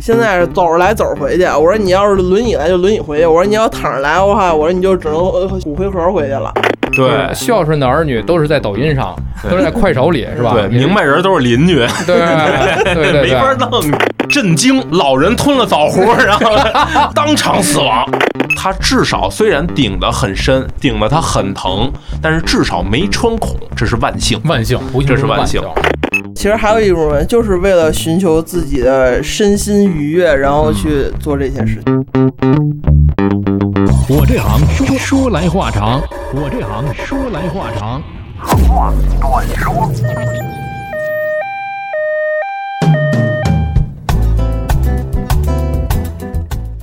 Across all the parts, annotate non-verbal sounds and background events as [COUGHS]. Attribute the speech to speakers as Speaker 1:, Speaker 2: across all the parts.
Speaker 1: 现在是走着来走着回去。我说你要是轮椅来就轮椅回去，我说你要躺着来的话，我说你就只能呃骨灰盒回去了。
Speaker 2: 对
Speaker 3: 孝顺的儿女都是在抖音上，
Speaker 2: 对
Speaker 3: 都是在快手里，是吧？
Speaker 2: 对，明白人都是邻居，
Speaker 3: 对 [LAUGHS] 对对对，
Speaker 2: [LAUGHS] 没法弄。震惊，老人吞了枣核，然
Speaker 3: [LAUGHS]
Speaker 2: 后当场死亡。他至少虽然顶得很深，顶得他很疼，但是至少没穿孔，这是万
Speaker 3: [LAUGHS]
Speaker 2: 幸。
Speaker 3: 万幸，不一定
Speaker 2: 这是万
Speaker 3: 万
Speaker 2: 幸
Speaker 1: 其实还有一种人，就是为了寻求自己的身心愉悦，然后去做这些事情。
Speaker 4: 我这行说说来话长，我这行说来话长。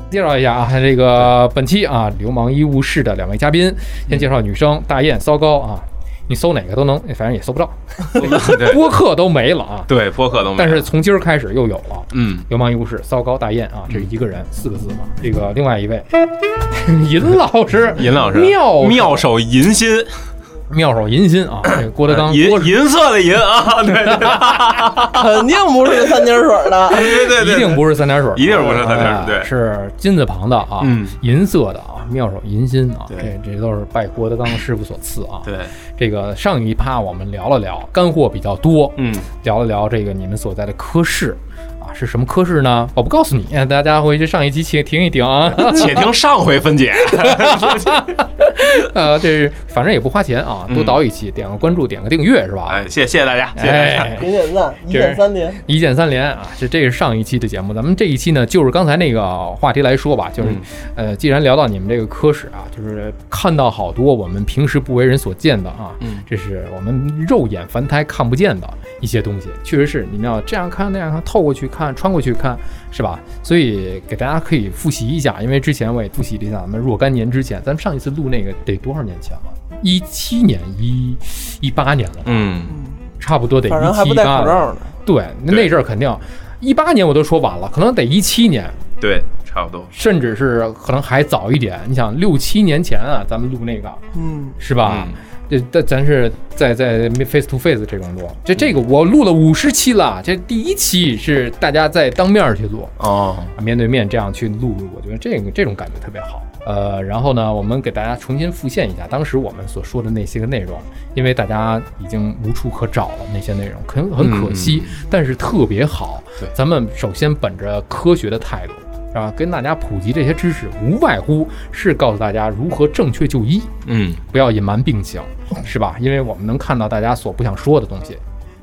Speaker 3: 介绍一下啊，这个本期啊《流氓医务室》的两位嘉宾，先介绍女生大雁、骚高啊，你搜哪个都能，反正也搜不着，
Speaker 2: [LAUGHS] 对
Speaker 3: 播客都没了啊。
Speaker 2: 对，播客都没有。
Speaker 3: 但是从今儿开始又有了。
Speaker 2: 嗯，
Speaker 3: 流氓医务室，骚高大雁啊，这是一个人四个字嘛。这个另外一位， [LAUGHS] 尹老师，
Speaker 2: 尹老师
Speaker 3: 妙
Speaker 2: 妙手银心，
Speaker 3: 妙手银心啊，这个郭德纲，
Speaker 2: 银
Speaker 3: 郭
Speaker 2: 银色的银啊，对对
Speaker 1: 肯定不是三点水的，
Speaker 2: 对对对，
Speaker 3: [LAUGHS] 一定不是三点水，
Speaker 2: 一定不是三点水
Speaker 3: 哎
Speaker 2: 对
Speaker 3: 是金字旁的啊，
Speaker 2: 嗯
Speaker 3: 银色的啊，妙手银心啊，
Speaker 2: 对嗯
Speaker 3: 这这都是拜郭德纲师傅所赐啊。
Speaker 2: 对，
Speaker 3: 这个上一趴我们聊了聊干货比较多， [LAUGHS]
Speaker 2: 嗯，
Speaker 3: 聊了聊这个你们所在的科室啊，是什么科室呢？我不告诉你，哎大家回去上一集请听一听啊。
Speaker 2: 且听上回分解。
Speaker 3: 呃，这是反正也不花钱啊，多倒一期，点个关注，点个订阅是吧？
Speaker 2: 嗯哎，谢谢谢大家，谢谢大家。
Speaker 3: 哎，
Speaker 1: 零点赞，一点三零。
Speaker 3: 一键三连啊，这这是上一期的节目，咱们这一期呢，就是刚才那个话题来说吧，就是、
Speaker 2: 嗯
Speaker 3: 呃，既然聊到你们这个科室啊，就是看到好多我们平时不为人所见的啊，
Speaker 2: 嗯
Speaker 3: 这是我们肉眼凡胎看不见的一些东西，确实是你们要这样看那样看，透过去看，穿过去看，是吧？所以给大家可以复习一下，因为之前我也复习了一下，咱们若干年之前，咱们上一次录那个得多少年前了？一七年一一八年了，
Speaker 2: 嗯，
Speaker 3: 差不多得
Speaker 1: 反正
Speaker 3: 一
Speaker 1: 还
Speaker 3: 七
Speaker 1: 不
Speaker 3: 一
Speaker 1: 戴
Speaker 3: 八
Speaker 1: 口
Speaker 3: 了。
Speaker 1: 罩呢。
Speaker 3: 对，那
Speaker 2: 对
Speaker 3: 那阵儿肯定，一八年我都说晚了，可能得一七年，
Speaker 2: 对，差不多。
Speaker 3: 甚至是可能还早一点。你想，六七年前啊，咱们录那个
Speaker 1: 嗯，
Speaker 3: 是吧
Speaker 2: 嗯？
Speaker 3: 这、但咱是在在 face to face 这种录，这这个
Speaker 2: 嗯
Speaker 3: 我录了五十期了，这第一期是大家在当面儿去录，
Speaker 2: 哦，
Speaker 3: 啊面对面这样去录，我觉得这个这种感觉特别好。呃，然后呢，我们给大家重新复现一下当时我们所说的那些个内容，因为大家已经无处可找了那些内容，很很可惜，但是特别好。
Speaker 2: 对
Speaker 3: 咱们首先本着科学的态度。啊，跟大家普及这些知识，无外乎是告诉大家如何正确就医，
Speaker 2: 嗯，
Speaker 3: 不要隐瞒病情，是吧？因为我们能看到大家所不想说的东西，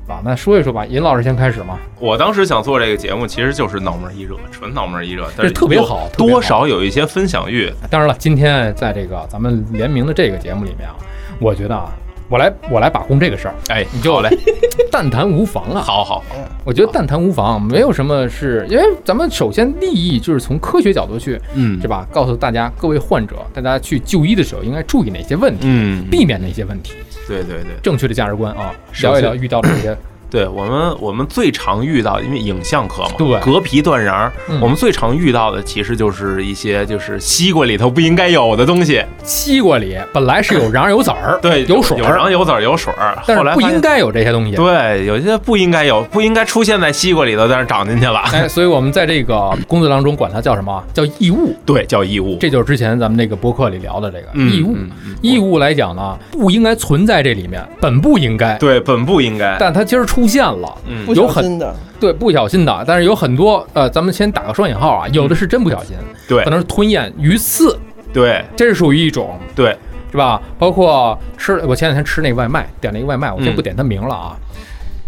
Speaker 3: 啊，那说一说吧。尹老师先开始嘛，
Speaker 2: 我当时想做这个节目，其实就是脑门一热，纯脑门一热，但是
Speaker 3: 这特别
Speaker 2: 多
Speaker 3: 好特别
Speaker 2: 多
Speaker 3: 好
Speaker 2: 少有一些分享欲。
Speaker 3: 当然了，今天在这个咱们联名的这个节目里面啊，我觉得啊，我来我来把控这个事儿，
Speaker 2: 哎，你就来，
Speaker 3: [LAUGHS] 淡谈无妨啊。
Speaker 2: 好好，
Speaker 3: 我觉得淡谈无妨，没有什么是因为咱们首先利益就是从科学角度去，
Speaker 2: 嗯
Speaker 3: 是吧？告诉大家各位患者，大家去就医的时候应该注意哪些问题，
Speaker 2: 嗯，
Speaker 3: 避免哪些问题，
Speaker 2: 对对对
Speaker 3: 正确的价值观啊，
Speaker 2: 是
Speaker 3: 聊一聊遇到的这
Speaker 2: [COUGHS]
Speaker 3: 些，
Speaker 2: 对，我们我们最常遇到，因为影像科嘛，
Speaker 3: 对
Speaker 2: 隔皮断瓤儿，
Speaker 3: 嗯
Speaker 2: 我们最常遇到的其实就是一些就是西瓜里头不应该有的东西，
Speaker 3: 西瓜里本来是有瓤儿有籽儿，
Speaker 2: 对，
Speaker 3: 有水
Speaker 2: 有
Speaker 3: 儿，
Speaker 2: 瓤有籽儿有水儿，
Speaker 3: 但
Speaker 2: 后来
Speaker 3: 是不
Speaker 2: 发现
Speaker 3: 应。该有这些东西。
Speaker 2: 对，有些不应该有，不应该出现在西瓜里头，但是长进去了。 [LAUGHS]
Speaker 3: 哎，所以我们在这个工作当中管它叫什么啊？叫异物。
Speaker 2: 对，叫异物。
Speaker 3: 这就是之前咱们这个播客里聊的这个
Speaker 2: 嗯
Speaker 3: 义务
Speaker 2: 嗯嗯。
Speaker 3: 义务来讲呢，不应该存在这里面，本不应该。
Speaker 2: 对，本不应该。
Speaker 3: 但它今儿出现了，
Speaker 2: 嗯
Speaker 1: 不
Speaker 3: 有
Speaker 1: 小
Speaker 3: 很
Speaker 1: 心的，
Speaker 3: 对不小心的，但是有很多呃，咱们先打个双引号啊，有的是真不小心，
Speaker 2: 嗯对
Speaker 3: 可能是吞咽、鱼刺，
Speaker 2: 对
Speaker 3: 这是属于一种，
Speaker 2: 对，
Speaker 3: 是吧？包括吃，我前两天吃那个外卖，点了一个外卖，我就
Speaker 2: 嗯
Speaker 3: 不点它名了啊，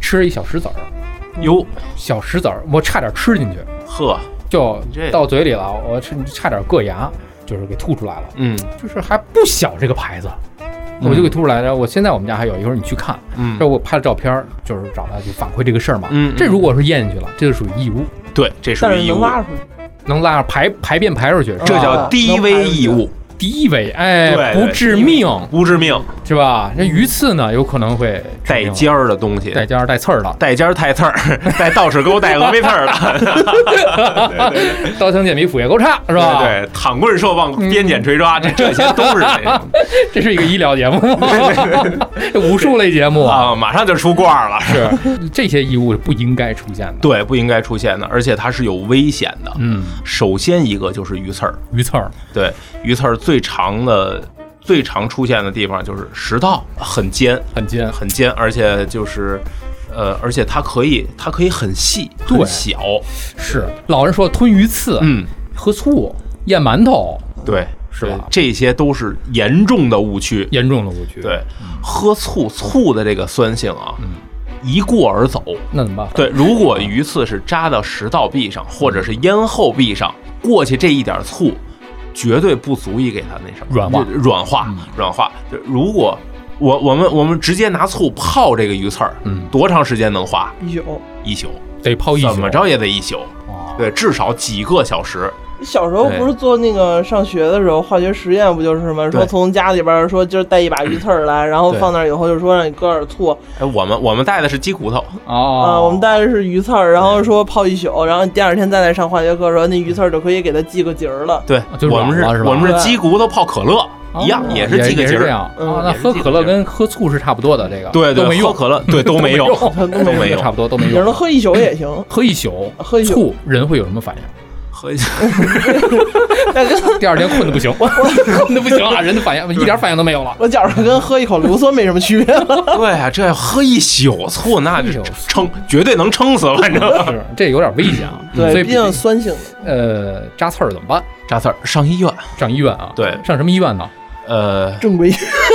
Speaker 3: 吃了一小石子儿，
Speaker 2: 哟
Speaker 3: 小石子儿，我差点吃进去，
Speaker 2: 呵，
Speaker 3: 就
Speaker 2: 这
Speaker 3: 到嘴里了，我差差点硌牙，就是给吐出来了。
Speaker 2: 嗯
Speaker 3: 就是还不小这个牌子，我就给吐出来了。我现在我们家还有，一会儿你去看。
Speaker 2: 嗯
Speaker 3: 这，我拍了照片儿，就是找他去反馈这个事儿嘛。
Speaker 2: 嗯嗯
Speaker 3: 这如果是咽进去了，这就属于异物，
Speaker 2: 对，这属
Speaker 1: 但
Speaker 2: 于
Speaker 1: 是
Speaker 2: 异
Speaker 1: 能
Speaker 2: 物，
Speaker 1: 拉出去。
Speaker 3: 能拉排排便排出去，
Speaker 2: 这
Speaker 1: 啊
Speaker 2: 叫
Speaker 1: 能
Speaker 2: 低
Speaker 1: 排
Speaker 2: 危
Speaker 1: 出
Speaker 2: 异
Speaker 1: 去
Speaker 2: 物。
Speaker 3: 敌为，哎，
Speaker 2: 对
Speaker 3: 不
Speaker 2: 对
Speaker 3: 致命
Speaker 2: 不致命，
Speaker 3: 是吧？这鱼刺呢，有可能会致
Speaker 2: 带
Speaker 3: 命
Speaker 2: 尖儿的东西，
Speaker 3: 带尖儿带刺儿的，
Speaker 2: 带尖儿带刺儿，带倒齿钩、带峨眉刺儿的，对对对
Speaker 3: [LAUGHS] 刀枪剑戟斧钺钩叉 [LAUGHS] 是吧？嗯
Speaker 2: 对，躺棍射棒、鞭锏锤抓，这这些都是那种
Speaker 3: [LAUGHS] 这是一个医疗节目，这 [LAUGHS] 武术类节目啊，
Speaker 2: 啊，马上就出罐儿了。
Speaker 3: 是这些异物不应该出现的。
Speaker 2: 对，不应该出现的，而且它是有危险的。
Speaker 3: 嗯，
Speaker 2: 首先一个就是鱼刺儿，
Speaker 3: 鱼刺儿，
Speaker 2: 对，鱼刺儿最长的、最常出现的地方就是食道，很尖，
Speaker 3: 很尖
Speaker 2: 很尖，而且就是，呃，而且它可以，它可以很细，
Speaker 3: 对
Speaker 2: 很小，
Speaker 3: 是老人说吞鱼刺、啊
Speaker 2: 嗯，
Speaker 3: 喝醋、咽馒头，
Speaker 2: 对，
Speaker 3: 嗯是吧嗯
Speaker 2: 对这些都是严重的误区。
Speaker 3: 严重的误区。，
Speaker 2: 对，喝醋，醋的这个酸性啊，
Speaker 3: 嗯
Speaker 2: 一过而走。
Speaker 3: 那怎么办？
Speaker 2: 对，如果鱼刺是扎到食道壁上，或者是咽后壁上，过去这一点醋，绝对不足以给它那什么
Speaker 3: 软化嗯
Speaker 2: 软化，软化。就如果我我们我们直接拿醋泡这个鱼刺儿，
Speaker 3: 嗯
Speaker 2: 多长时间能化？
Speaker 1: 一宿。
Speaker 2: 一宿，
Speaker 3: 得泡一宿
Speaker 2: 怎么着也得一宿，
Speaker 3: 啊
Speaker 2: 对，至少几个小时。
Speaker 1: 小时候不是做那个上学的时候化学实验不就是吗？说
Speaker 2: 对
Speaker 1: 从家里边儿说今儿带一把鱼刺儿来，然后
Speaker 2: 对
Speaker 1: 放那儿以后就说让你搁点儿醋
Speaker 2: 哎，我们我们带的是鸡骨头，
Speaker 1: 啊，
Speaker 3: 啊
Speaker 1: 我们带的是鱼刺儿，然后说泡一宿，然后第二天再来上化学课的时候，那鱼刺儿就可以给它系个结儿了。
Speaker 2: 对，
Speaker 3: 啊就
Speaker 2: 我
Speaker 3: 软
Speaker 2: 们
Speaker 3: 了是吧
Speaker 2: 我们是鸡骨头泡可乐，
Speaker 3: 哦
Speaker 2: 一样也是
Speaker 3: 几
Speaker 2: 鸡个节
Speaker 3: 这
Speaker 2: 儿。
Speaker 3: 样啊。
Speaker 1: 嗯
Speaker 3: 那
Speaker 2: 也是
Speaker 3: 喝
Speaker 2: 几个
Speaker 3: 可乐
Speaker 2: 节儿
Speaker 3: 跟喝醋是差不多的，这个
Speaker 2: 对对，
Speaker 3: 都没用
Speaker 2: 喝，可
Speaker 3: [LAUGHS]
Speaker 2: 乐对都没用，
Speaker 1: 都没
Speaker 2: 没
Speaker 3: 差
Speaker 2: 用，
Speaker 3: 不多 [LAUGHS] 都没
Speaker 1: 你能
Speaker 3: 用。
Speaker 1: 喝一宿也行，
Speaker 3: [LAUGHS] 喝一宿，
Speaker 1: 喝一宿
Speaker 3: 醋人会有什么反应？
Speaker 2: 喝一下。
Speaker 1: 那跟。
Speaker 3: 第二天困的不行， [LAUGHS] 困的不行啊，人的反应一点反应都没有了
Speaker 1: 我觉着跟喝一口硫酸没什么区别。
Speaker 2: 对啊，这要喝一宿醋，那
Speaker 3: 一
Speaker 2: 就
Speaker 3: 宿醋
Speaker 2: 撑，绝对能撑死，反正。
Speaker 3: 是，这有点危险啊。所
Speaker 1: 对，
Speaker 3: 以
Speaker 1: 毕竟酸性的。
Speaker 3: 呃，扎刺儿怎么办？
Speaker 2: 扎刺儿上医院，
Speaker 3: 上医院啊？
Speaker 2: 对
Speaker 3: 上什么医院呢？ [LAUGHS]
Speaker 2: 呃，
Speaker 1: 正规，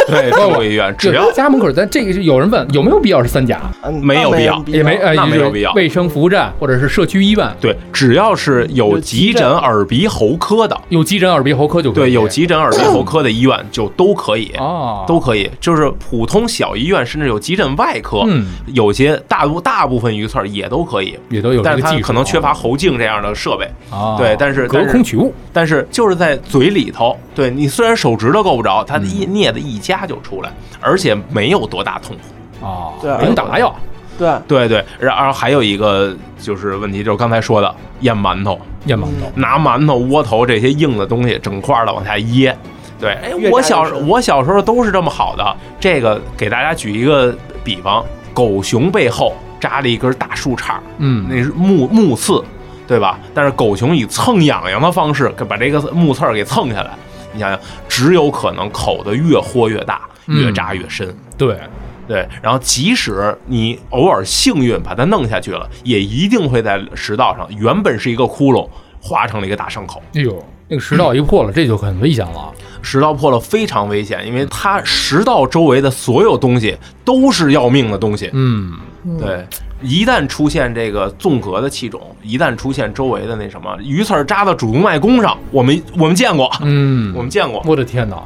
Speaker 2: 对，中国医院，只要
Speaker 3: 就家门口，咱这个是有人问有没有必要是三甲，
Speaker 1: 嗯
Speaker 2: 没有
Speaker 1: 那
Speaker 2: 必要
Speaker 1: 必
Speaker 3: 也没呃
Speaker 2: 那没有
Speaker 3: 就是
Speaker 2: 必要
Speaker 3: 卫生服务站或者是社区医院
Speaker 2: 对，只要是有急诊耳鼻喉科的，
Speaker 3: 有急诊耳鼻喉科就可以。
Speaker 2: 对，有急诊耳鼻喉科的医院就都可以，
Speaker 3: 啊，
Speaker 2: 都可以，就是普通小医院，甚至有急诊外科，
Speaker 3: 嗯
Speaker 2: 有些大部大部分鱼刺儿也都可以。
Speaker 3: 也都有这
Speaker 2: 但
Speaker 3: 个
Speaker 2: 是
Speaker 3: 技
Speaker 2: 它
Speaker 3: 术，
Speaker 2: 可能缺乏喉镜这样的设备，
Speaker 3: 啊。
Speaker 2: 对但是
Speaker 3: 隔
Speaker 2: 但是
Speaker 3: 空取物
Speaker 2: 但是就是在嘴里头，对你虽然手指头够不着，它
Speaker 3: 嗯
Speaker 2: 一捏的一夹就出来，而且没有多大痛苦。
Speaker 3: 啊，
Speaker 1: 对
Speaker 3: 不用打药，
Speaker 1: 对，
Speaker 2: 对对，然后还有一个就是问题，就是刚才说的咽馒头，
Speaker 3: 咽馒
Speaker 1: 嗯
Speaker 3: 头。
Speaker 2: 拿馒头、窝头这些硬的东西整块的往下噎。对，哎
Speaker 1: 越，
Speaker 2: 我
Speaker 1: 扎
Speaker 2: 小
Speaker 1: 越深
Speaker 2: 我小时候都是这么好的。这个给大家举一个比方，狗熊背后扎了一根大树杈，那
Speaker 3: 嗯，
Speaker 2: 是木木刺，对吧？但是狗熊以蹭痒痒的方式给把这个木刺儿给蹭下来。你想想，只有可能口子越豁越大，越
Speaker 3: 嗯
Speaker 2: 扎越深。
Speaker 3: 对，
Speaker 2: 对，然后即使你偶尔幸运把它弄下去了，也一定会在食道上原本是一个窟窿，划成了一个大伤口。
Speaker 3: 哎呦，那个食道一破了，这就很危险了。
Speaker 2: 食道破了非常危险，因为它食道周围的所有东西都是要命的东西。
Speaker 3: 嗯，
Speaker 2: 对，一旦出现这个纵隔的气肿，一旦出现周围的那什么鱼刺儿扎到主动脉弓上，我们我们见过，
Speaker 3: 嗯
Speaker 2: 我们见过。
Speaker 3: 我的天哪！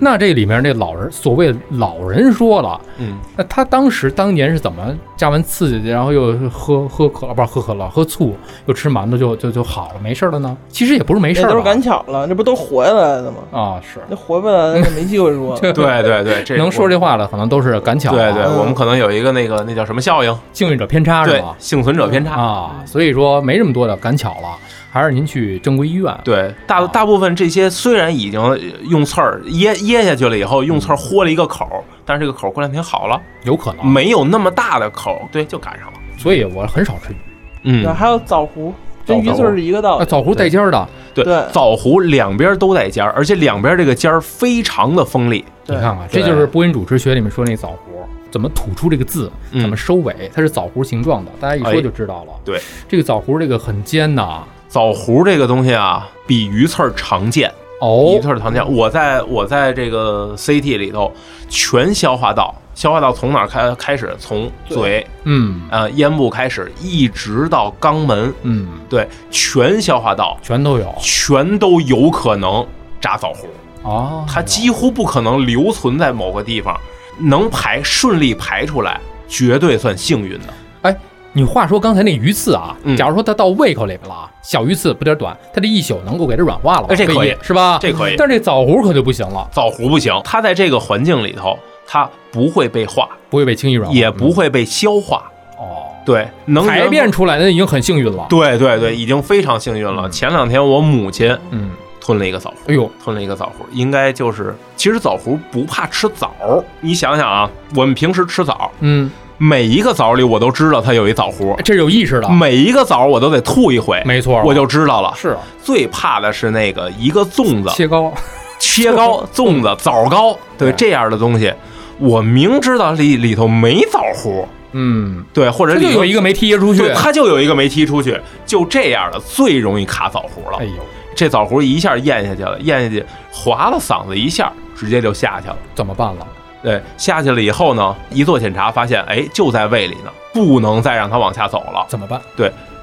Speaker 3: 那这里面这老人，所谓老人说了，
Speaker 2: 嗯，
Speaker 3: 那他当时当年是怎么加完刺激，然后又喝喝可乐，不是喝可乐，喝醋，又吃馒头就就就好了，没事儿了呢？其实也不是没
Speaker 1: 也
Speaker 3: 事
Speaker 1: 都
Speaker 3: 儿
Speaker 1: 是赶
Speaker 3: 吧？
Speaker 1: 巧了，这不都活下来的吗？
Speaker 3: 啊，是
Speaker 1: 那活不下来的没机会说。
Speaker 2: 嗯对对对，这
Speaker 3: 能说
Speaker 2: 这。
Speaker 3: 这话的，可能都是赶巧、啊，
Speaker 2: 对对，
Speaker 1: 嗯
Speaker 2: 我们可能有一个那个那叫什么效应？
Speaker 3: 幸运者偏差是
Speaker 2: 对
Speaker 3: 吧，？
Speaker 2: 幸存者偏差。
Speaker 3: 啊，所以说没这么多的赶巧了，还是您去正规医院。
Speaker 2: 对，大大部分这些虽然已经呃用刺儿噎噎下去了以后，用刺儿豁了一个口儿，但是这个口儿过两天好了，
Speaker 3: 有可能，
Speaker 2: 没有那么大的口儿，对，就赶上了。
Speaker 3: 所以我很少吃鱼。
Speaker 1: 对，
Speaker 2: 嗯，
Speaker 1: 还有枣核，跟鱼刺儿是一个道
Speaker 3: 那
Speaker 1: 理。
Speaker 3: 枣核带尖儿的，
Speaker 2: 哦对
Speaker 1: 对，
Speaker 2: 枣核两边都带尖儿，而且两边这个尖儿非常的锋利。
Speaker 3: 你
Speaker 1: 对
Speaker 3: 看看，这
Speaker 2: 对
Speaker 3: 就是播音主持学里面说那枣核怎么吐出这个字，
Speaker 2: 嗯
Speaker 3: 怎么收尾，它是枣核形状的，大家一说
Speaker 2: 哎
Speaker 3: 就知道了。
Speaker 2: 对，
Speaker 3: 这个枣核这个很尖呐。
Speaker 2: 枣核这个东西啊，比鱼刺儿常见，
Speaker 3: 哦
Speaker 2: 鱼，刺儿常见。我在我在这个 CT 里头，全消化道，消化道从哪儿开开始？从嘴，
Speaker 3: 嗯
Speaker 2: 呃，咽部开始，一直到肛门，
Speaker 3: 嗯，
Speaker 2: 对，全消化道
Speaker 3: 全都有
Speaker 2: 全都有可能扎枣核，
Speaker 3: 啊。
Speaker 2: 它几乎不可能留存在某个地方，能排顺利排出来，绝对算幸运的。
Speaker 3: 哎，你话说刚才那鱼刺啊
Speaker 2: 嗯，
Speaker 3: 假如说它到胃口里边了啊，小鱼刺不点短，它这一宿能够给它软化了吧，
Speaker 2: 哎这可以
Speaker 3: 是吧？
Speaker 2: 这可以
Speaker 3: 但是这枣核可就不行了，
Speaker 2: 枣核不行，它在这个环境里头，它不会被化，
Speaker 3: 不会被轻易软化，
Speaker 2: 也不会被消化，
Speaker 3: 嗯哦，
Speaker 2: 对，
Speaker 3: [LAUGHS]
Speaker 2: 能
Speaker 3: 排
Speaker 2: 源
Speaker 3: 便出来那已经很幸运了。
Speaker 2: 对对对，已经非常幸运了。
Speaker 3: 嗯
Speaker 2: 前两天我母亲
Speaker 3: 嗯，
Speaker 2: 吞了一个枣核，
Speaker 3: 哎呦，
Speaker 2: 吞了一个枣核，应该就是其实枣核不怕吃枣儿，你想想啊，我们平时吃枣，
Speaker 3: 嗯，
Speaker 2: 每一个枣里我都知道它有一枣核，
Speaker 3: 这是有意识的，
Speaker 2: 每一个枣我都得吐一回，
Speaker 3: 没错，
Speaker 2: 嗯我就知道了。
Speaker 3: 是
Speaker 2: 最怕的是那个一个粽子
Speaker 3: 切糕，
Speaker 2: 切糕、粽子、枣糕，对
Speaker 3: 对
Speaker 2: 这样的东西，我明知道里里头没枣核，
Speaker 3: 嗯，
Speaker 2: 对，或者
Speaker 3: 它
Speaker 2: 里
Speaker 3: 就
Speaker 2: 头
Speaker 3: 有一个没踢出去，
Speaker 2: 对，它就有一个没踢出去，就这样的最容易卡枣核了。
Speaker 3: 哎呦，
Speaker 2: 这枣核一下咽下去了，咽下去划了嗓子一下，直接就下去了。
Speaker 3: 怎么办了？
Speaker 2: 对，下去了以后呢，一做检查发现，哎，就在胃里呢，不能再让它往下走了，
Speaker 3: 怎么办？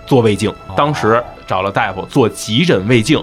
Speaker 2: 做胃镜。
Speaker 3: 哦
Speaker 2: 当时找了大夫做急诊胃镜，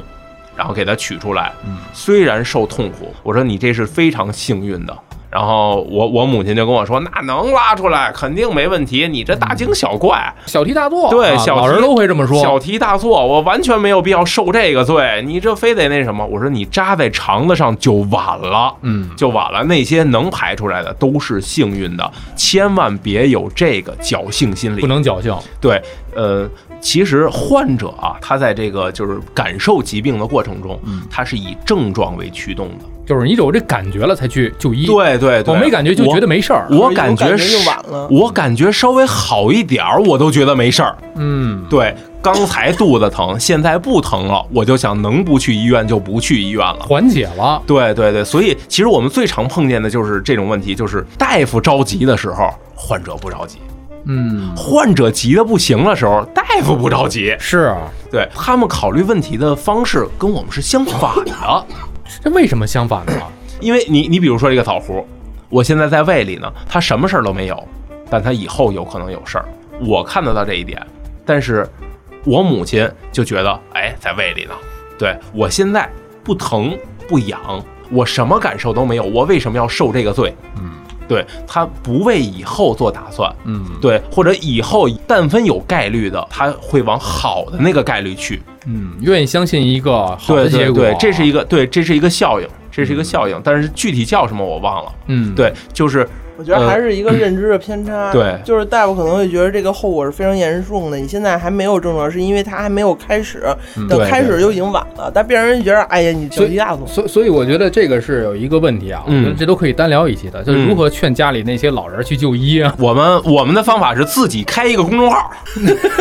Speaker 2: 然后给它取出来。
Speaker 3: 嗯，
Speaker 2: 虽然受痛苦，我说你这是非常幸运的。然后我我母亲就跟我说，那能拉出来，肯定没问题，你这大惊小怪。
Speaker 3: 小题大做，
Speaker 2: 对
Speaker 3: 啊
Speaker 2: 小题
Speaker 3: 老人都会这么
Speaker 2: 小
Speaker 3: 嗯说，
Speaker 2: 题大做，我完全没有必要受这个罪。你这非得那什么？我说你扎在肠子上就晚了，
Speaker 3: 嗯，
Speaker 2: 就晚了。那些能排出来的都是幸运的，千万别有这个侥幸心理
Speaker 3: 不。能侥幸，
Speaker 2: 对，呃，其实患者啊，他在这个就是感受疾病的过程中，
Speaker 3: 嗯
Speaker 2: 他是以症状为驱动的。
Speaker 3: 就是你有这感觉了才去就医。，
Speaker 2: 对对对，
Speaker 3: 我没感觉就觉得没事儿。
Speaker 2: 我。我
Speaker 1: 有感
Speaker 2: 感
Speaker 1: 觉
Speaker 2: 是
Speaker 1: 就晚了
Speaker 2: 我感觉稍微好一点儿，我都觉得没事儿。
Speaker 3: 嗯，
Speaker 2: 对，刚才肚子疼，现在不疼了，我就想能不去医院就不去医院了。
Speaker 3: 缓解了。
Speaker 2: 对对对，所以其实我们最常碰见的就是这种问题，就是大夫着急的时候，患者不着急；
Speaker 3: 嗯，
Speaker 2: 患者急得不行的时候，大夫不着急。
Speaker 3: 是。啊
Speaker 2: 对他们考虑问题的方式跟我们是相反的，
Speaker 3: 这为什么相反呢？
Speaker 2: [LAUGHS] 因为你你比如说这个枣核，我现在在胃里呢，它什么事儿都没有，但它以后有可能有事儿，我看得到这一点，但是我母亲就觉得，哎，在胃里呢，对我现在不疼不痒，我什么感受都没有，我为什么要受这个罪？
Speaker 3: 嗯，
Speaker 2: 对他不为以后做打算，
Speaker 3: 嗯
Speaker 2: 对，或者以后但凡有概率的，他会往好的那个概率去，
Speaker 3: 嗯，愿意相信一个好
Speaker 2: 对
Speaker 3: 的
Speaker 2: 对
Speaker 3: 结果。
Speaker 2: 对，这是一个对，这是一个效应，这是一个效应，但是具体叫什么我忘了。
Speaker 3: 嗯，
Speaker 2: 对，就是
Speaker 1: 我觉得还是一个认知的偏差。
Speaker 2: 呃嗯对
Speaker 1: 就是大夫可能会觉得这个后果是非常严重的，你现在还没有症状，是因为他还没有开始，等
Speaker 2: 嗯对
Speaker 1: 开
Speaker 2: 对
Speaker 1: 始就已经晚了。但病人觉得，哎呀，你
Speaker 3: 所
Speaker 1: 小
Speaker 3: 以
Speaker 1: 题大做。
Speaker 3: 所所以我觉得这个是有一个问题啊，我
Speaker 2: 嗯
Speaker 3: 觉得这都可以单聊一期的，就
Speaker 2: 嗯
Speaker 3: 是如何劝家里那些老人去就医啊， [LAUGHS]
Speaker 2: 我们我们的方法是自己开一个公众号，